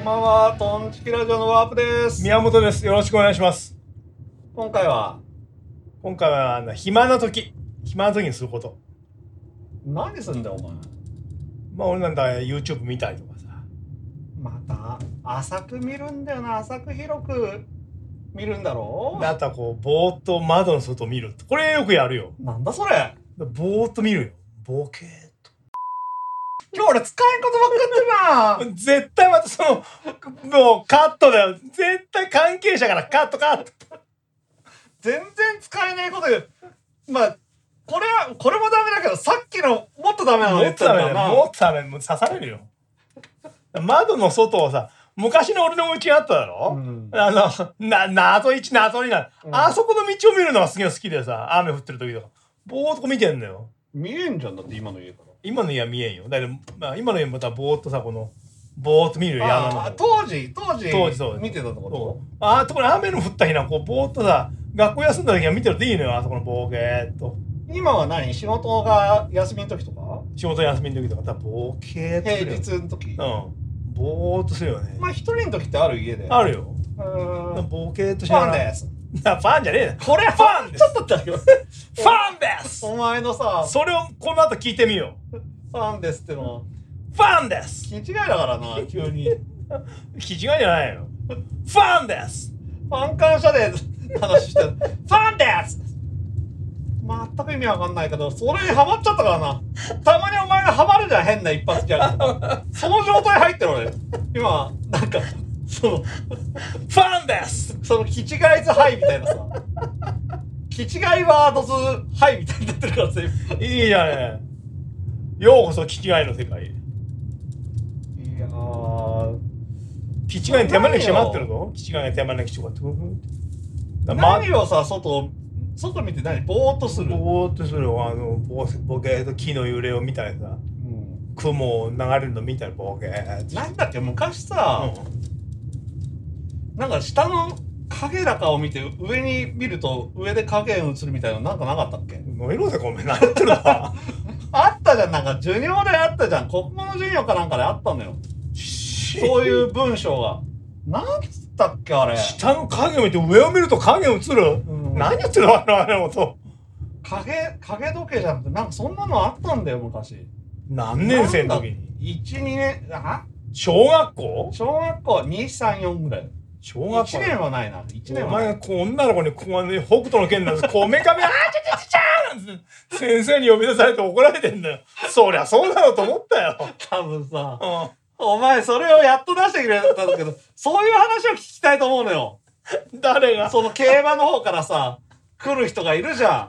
んばんは、トンチキラジオのワープです。宮本です。よろしくお願いします。今回は、今回は、あの、暇な時。暇な時にすること。何すんだよ、お前。まあ、俺なんだ、YouTube 見たりとかさ。また、浅く見るんだよな、浅く広く見るんだろであとはこう、ぼーっと窓の外見る。これよくやるよ。なんだそれぼーっと見るよ。ボケーっ今日俺使えんことばっか言ってると。絶対またその、もうカットだよ。絶対関係者からカットカット。な全然使えないこと言う。まあ、これは、これもダメだけど、さっきのもっとダメなのも言っってとんダだメだよな。よ。もっとダメ。もう刺されるよ。窓の外をさ、昔の俺のお家にあっただろ、うんあの、な、謎1、謎2な、うんあそこの道を見るのがすげえ好きでさ、雨降ってる時とか、ぼーっとこう見てんのよ。見えんじゃん、だって今の家から。今の家は見えんよ。だけど、まあ、今の家もまたぼーっとさ、この、ぼーっと見るよ、山のあ方あ当時、当時当時そう、見てたとこそうああところ雨の降った日なんかこう、ぼーっとさ、学校休んだ時は見てるといいのよ、あそこのぼーけーっと。と今は何仕事が休みの時とか仕事休みの時とか、たぼーけーっとす平るよ。日の時うん。ぼーっとするよね。まあ一人の時ってある家で。あるよ。うーん。ぼーけーっとしなファがンら。です。なファンじゃねえな。これファンですちょっとだけ ど。ファンですお前のさ、それをこの後聞いてみよう。ファンですっての、ファンです気違いだからな、急に。フ気違いじゃないよ。ファンですァン感謝で話してる。ファンです全く意味わかんないけど、それにハマっちゃったからな。たまにお前がハマるじゃん、変な一発ギャグとか。その状態入ってる俺。今、なんか、その、ファンですその、気違いずハイみたいなさ。気違いワードずハイみたいになってるからさ、今いいじゃねえ。ようこそ気違いの世界へ。いやー、気違いの手招きして待ってるぞ。気違いの手招きしてこうやってふふん。だま何をさ、外を、外見て何ぼーっとする。ぼーっとするよ。あの、ぼーぼけーっと木の揺れを見たりさ、うん雲を流れるの見たり、ぼーけーっと。なんだっけ、昔さ、うなんか下の影だかを見て、上に見ると上で影映るみたいなのなんかなかったっけん燃えろぜ、ごめん。なってるな。あったじゃん、なんか授業であったじゃん。国語の授業かなんかであったのよ。そういう文章が。なんつったっけ、あれ。下の影を見て上を見ると影映る、うん何言ってるのあのあれの音影、影時計じゃなくて、なんかそんなのあったんだよ、昔。何年生の時にに ?1、2年、あ小学校小学校2、3、4ぐらい。小学校1年はないな。1年おはない前。がこう女の子にこう、ね、北斗の剣なんですこめ かみあーちゃちゃちゃちゃーなんて先生に呼び出されて怒られてんだよそりゃそうだろうと思ったよ、多分さ、うお前それをやっと出してくれたんだけ ど、そういう話を聞きたいと思うのよ。ん、誰がその競馬の方からさ、来る人がいるじゃん。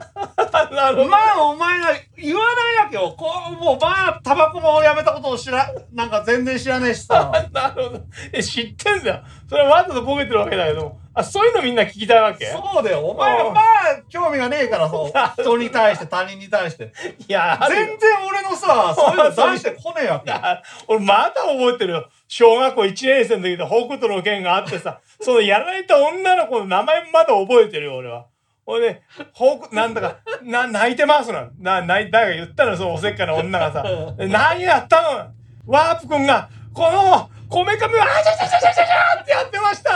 なるほどまあお前が言わないわけよ。こう、もうバー、タバコもやめたことを知ら、なんか全然知らねえしさ。なるほどえ知ってんだよそれはわざとボケてるわけだけどあそういうのみんな聞きたいわけそうだよ。お前うはんまあ興味がねえ からさ、人に対して他人に対して。いやあるよ全然俺のさ、そういうの出してこねえわけ。 あ俺まだ覚えてるよ小学校1年生の時の北斗の剣があってさそのやられた女の子の名前まだ覚えてるよ俺は俺ね北斗なんだかな泣いてますなな泣い誰か言ったのそのおせっかいな女がさ「何やったのワープ君がこのこめかみをあちゃちゃちゃちゃちゃちゃってやってました!」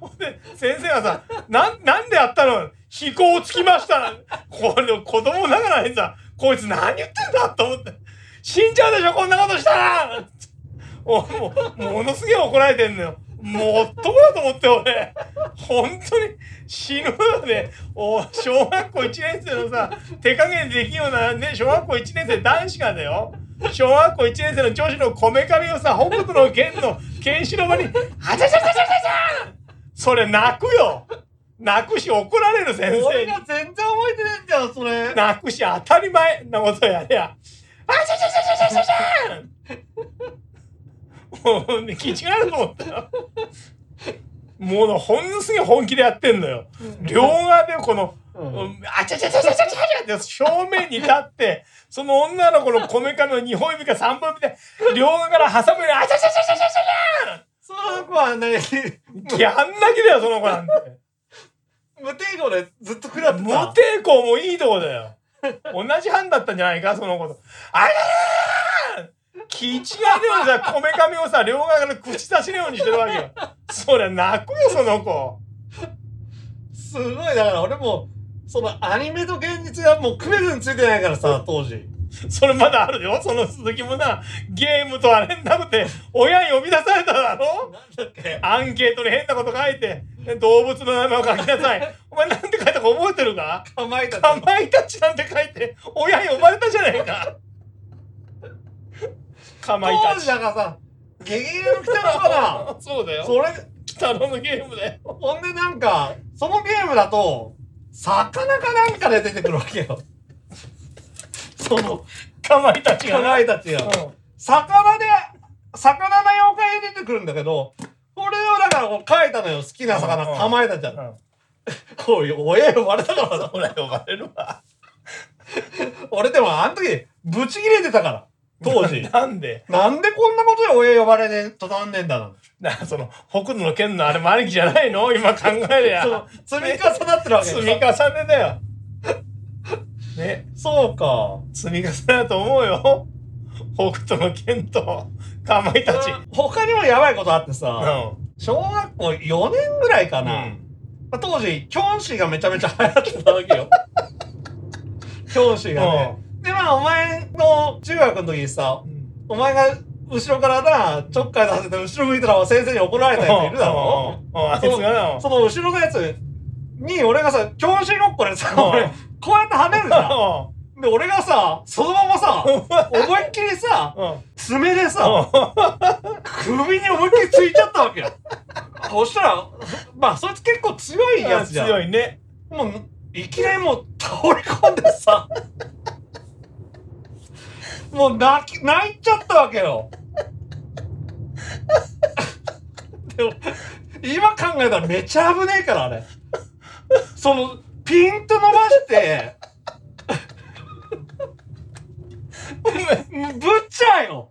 ほんで先生がさ「なんなんでやったの飛行つきました」これ子供ながらにさこいつ何言ってんだと思って「死んじゃうでしょこんなことしたら!」おもうものすげえ怒られてんのよ。もうっともだと思って俺本当に死ぬのでお小学校1年生のさ手加減できんようなね小学校1年生男子がだよ小学校1年生の女子のこめかみをさ北斗の剣の剣士の場に「あちゃちゃちゃちゃちゃちゃ!」それ泣くよ泣くし怒られる先生俺にが全然覚えてねえんだよ、それ。泣くし当たり前なことやれやあちゃちゃちゃちゃちゃちゃちゃもうね気違いだと思ったよもうなほんのすげえ本気でやってんのよ両側でこの、うんうんあちゃちゃちゃちゃちゃちゃちゃって正面に立ってその女の子のこめかみを2本指か3本指で両側から挟むようにあちゃちゃちゃちゃちゃちその子はね、ゃギャン泣きだよその子なんて。無抵抗でずっと食 らってた。無抵抗もいいとこだよ。同じ班だったんじゃないか、そのこと。あれ気違いでもさ、こめかみをさ、両側から口差しのようにしてるわけよ。そりゃ泣くよ、その子。すごいだから俺もそのアニメと現実はもう区別についてないからさ当時それまだあるよ、その鈴木もな、ゲームとあれになくて、親呼び出されただろなんだっけアンケートに変なこと書いて、動物の名前を書きなさい。お前なんて書いたか覚えてるかかまいたちかまいたちなんて書いて、親呼ばれたじゃないか。かまい当た時ち。だからさ「ゲゲゲの鬼太郎」かそうだな よ。それ北野のゲームだよ。ほんでなんかそのゲームだと魚かなんかで出てくるわけよそのかまいたちがかな。まいいたちが魚で魚の妖怪で出てくるんだけどこれをだからこう書いたのよ好きな魚うんかまいたちだうん。こういう親呼ばれたからさほら、呼ばれるわ。俺でもあの時ブチ切れてたから当 時なんでなんでこんなことで親呼ばれねえとなんねえんだななその、北斗の剣のあれも兄貴じゃないの今考えりそゃの。積み重なってるわけ積み重ねだよ。ね、そうか積み重ねだと思うよ。北斗の剣と、かまいたち。他にもやばいことあってうさ、ん。小学校4年ぐらいかうな、ん。まあ当時キョンシーがめちゃめちゃ流行ってたわ けよキョンシーがね、でまあお前の中学の時にさお前が後ろからなちょっかい出せて後ろ向いたら先生に怒られたやついるだろうんうんうんあいつがな。その後ろのやつに俺がさ強振ごっこでさうん俺こうやって跳ねるじゃうんで俺がさそのまま さ思いっきりさうんうん爪でさ首に思いっきりついちゃったわけよそしたらまあそいつ結構強いやつじゃん強いね。もういきなりもう倒れ込んでさ もう泣き泣いちゃったわけよ でも今考えたらめちゃ危ねえからあれそのピンと伸ばしてもうぶっちゃよ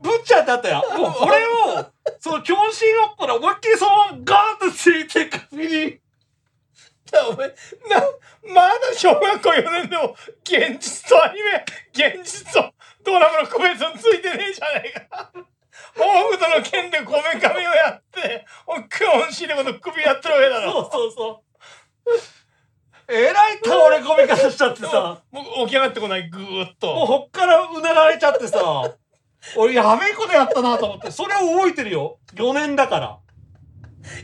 ぶっちゃだったよもうこれをその強心をこれ思いっきりそのままガーッとついて首に。お前なまだ小学校4年でも現実とアニメ現実とドラマの区別についてねえじゃねえか北斗の剣でこめかみをやっておっくんしいでこと首やってるわけだろそうそうそう。えらい倒れ込み方しちゃってさ、もう起き上がってこないぐーっもうとほっからうなられちゃってさ、俺やべえことやったなと思って、それを覚えてるよ。4年だから。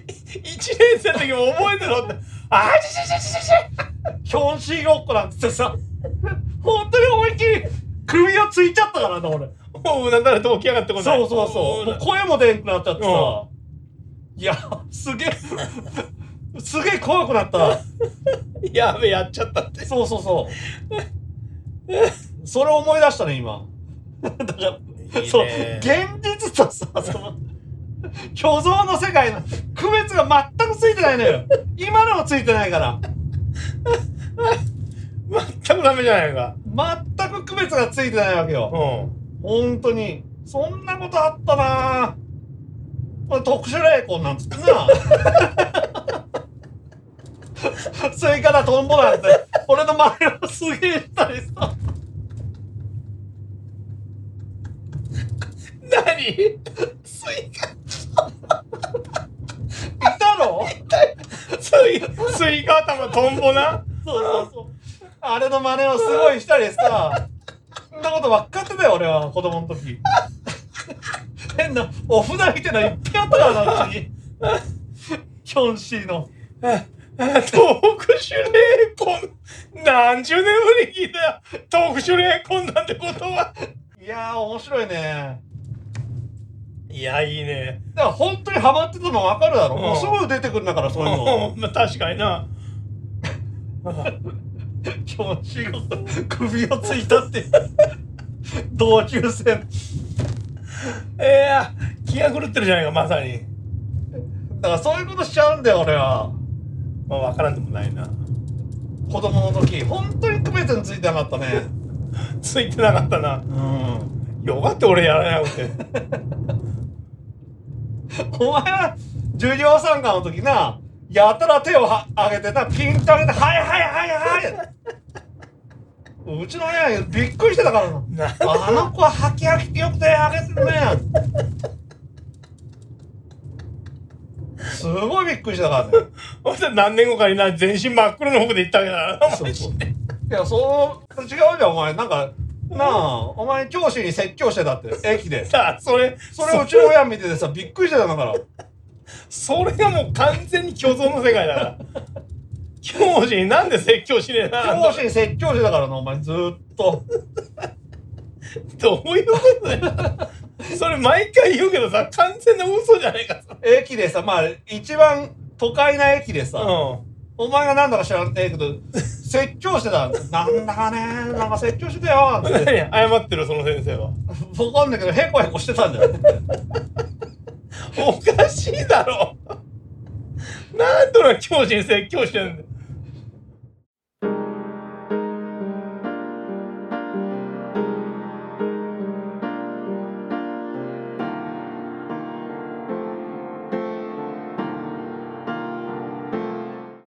1年生の時も覚えてろってあちちちちちちヒョンシーごっこなんつってさ、本当に思いっきり首をついちゃったからな、俺。もううなだれと起き上がってこないそうそうそう。もう声も出んくなっちゃってさ、いや、すげえ、すげえ怖くなった。やべえやっちゃったってそうそうそう。それを思い出したね、今。だから、いいねそう、現実とさ、その、虚像の世界の区別が全くついてないのよ。今のもついてないから。全くダメじゃないか全く区別がついてないわけうよ。ん本当に。そんなことあったなぁ。これ特殊霊魂なんつってな。 スイカだトンボなんて、俺の周りをすげえしたりさ。何スイカいたろスイスイカ頭トンボなそうそうそう。あれの真似をすごいしたりさ、そんなこと分かってたよ、俺は、子供の時。変な、お札みたいなのいっぱいあったからな、あの時。ヒョンシーの。特殊霊魂何十年ぶりに聞いたよ特殊霊魂なんてことはいやー、面白いね。いやいいねだから本当にハマってたの分かるだろ。うんもうすぐ出てくるんだから、そういうの。まあ確かになヒョンシーが首をついたって。同級生。いや気が狂ってるじゃないかまさにだからそういうことしちゃうんだよ、俺は。まあ分からんでもないな子供の時。本当に区別についてなかったね。ついてなかったなうん。よかった俺やらなくてお前は重量参加の時なやたら手をは上げてなピンと上げて「はいはいはいはい」うちの親びっくりしてたからななあの子はハキハキってよくてあげてるねすごいびっくりしてたからねそしたら何年後かにな全身真っ黒の服で行ったわけだからそうそういやそう違うじゃんお前なんかなあお前教師に説教してたって駅でさ あそれそれうちの親見ててさびっくりしてたんだからそれがもう完全に虚像の世界だから教師になんで説教しねえな教師に説教してたからなお前ずーっとどういうことだよそれ毎回言うけどさ完全な嘘じゃねえかさ駅でさまあ一番都会な駅でさ、うお前がなんだか知らんけど説教してたなんだかねなんか説教してたよんって何謝ってるその先生は分かんないけどへこへこしてたんだよおかしいだろなんとなく教師に説教してるんだよ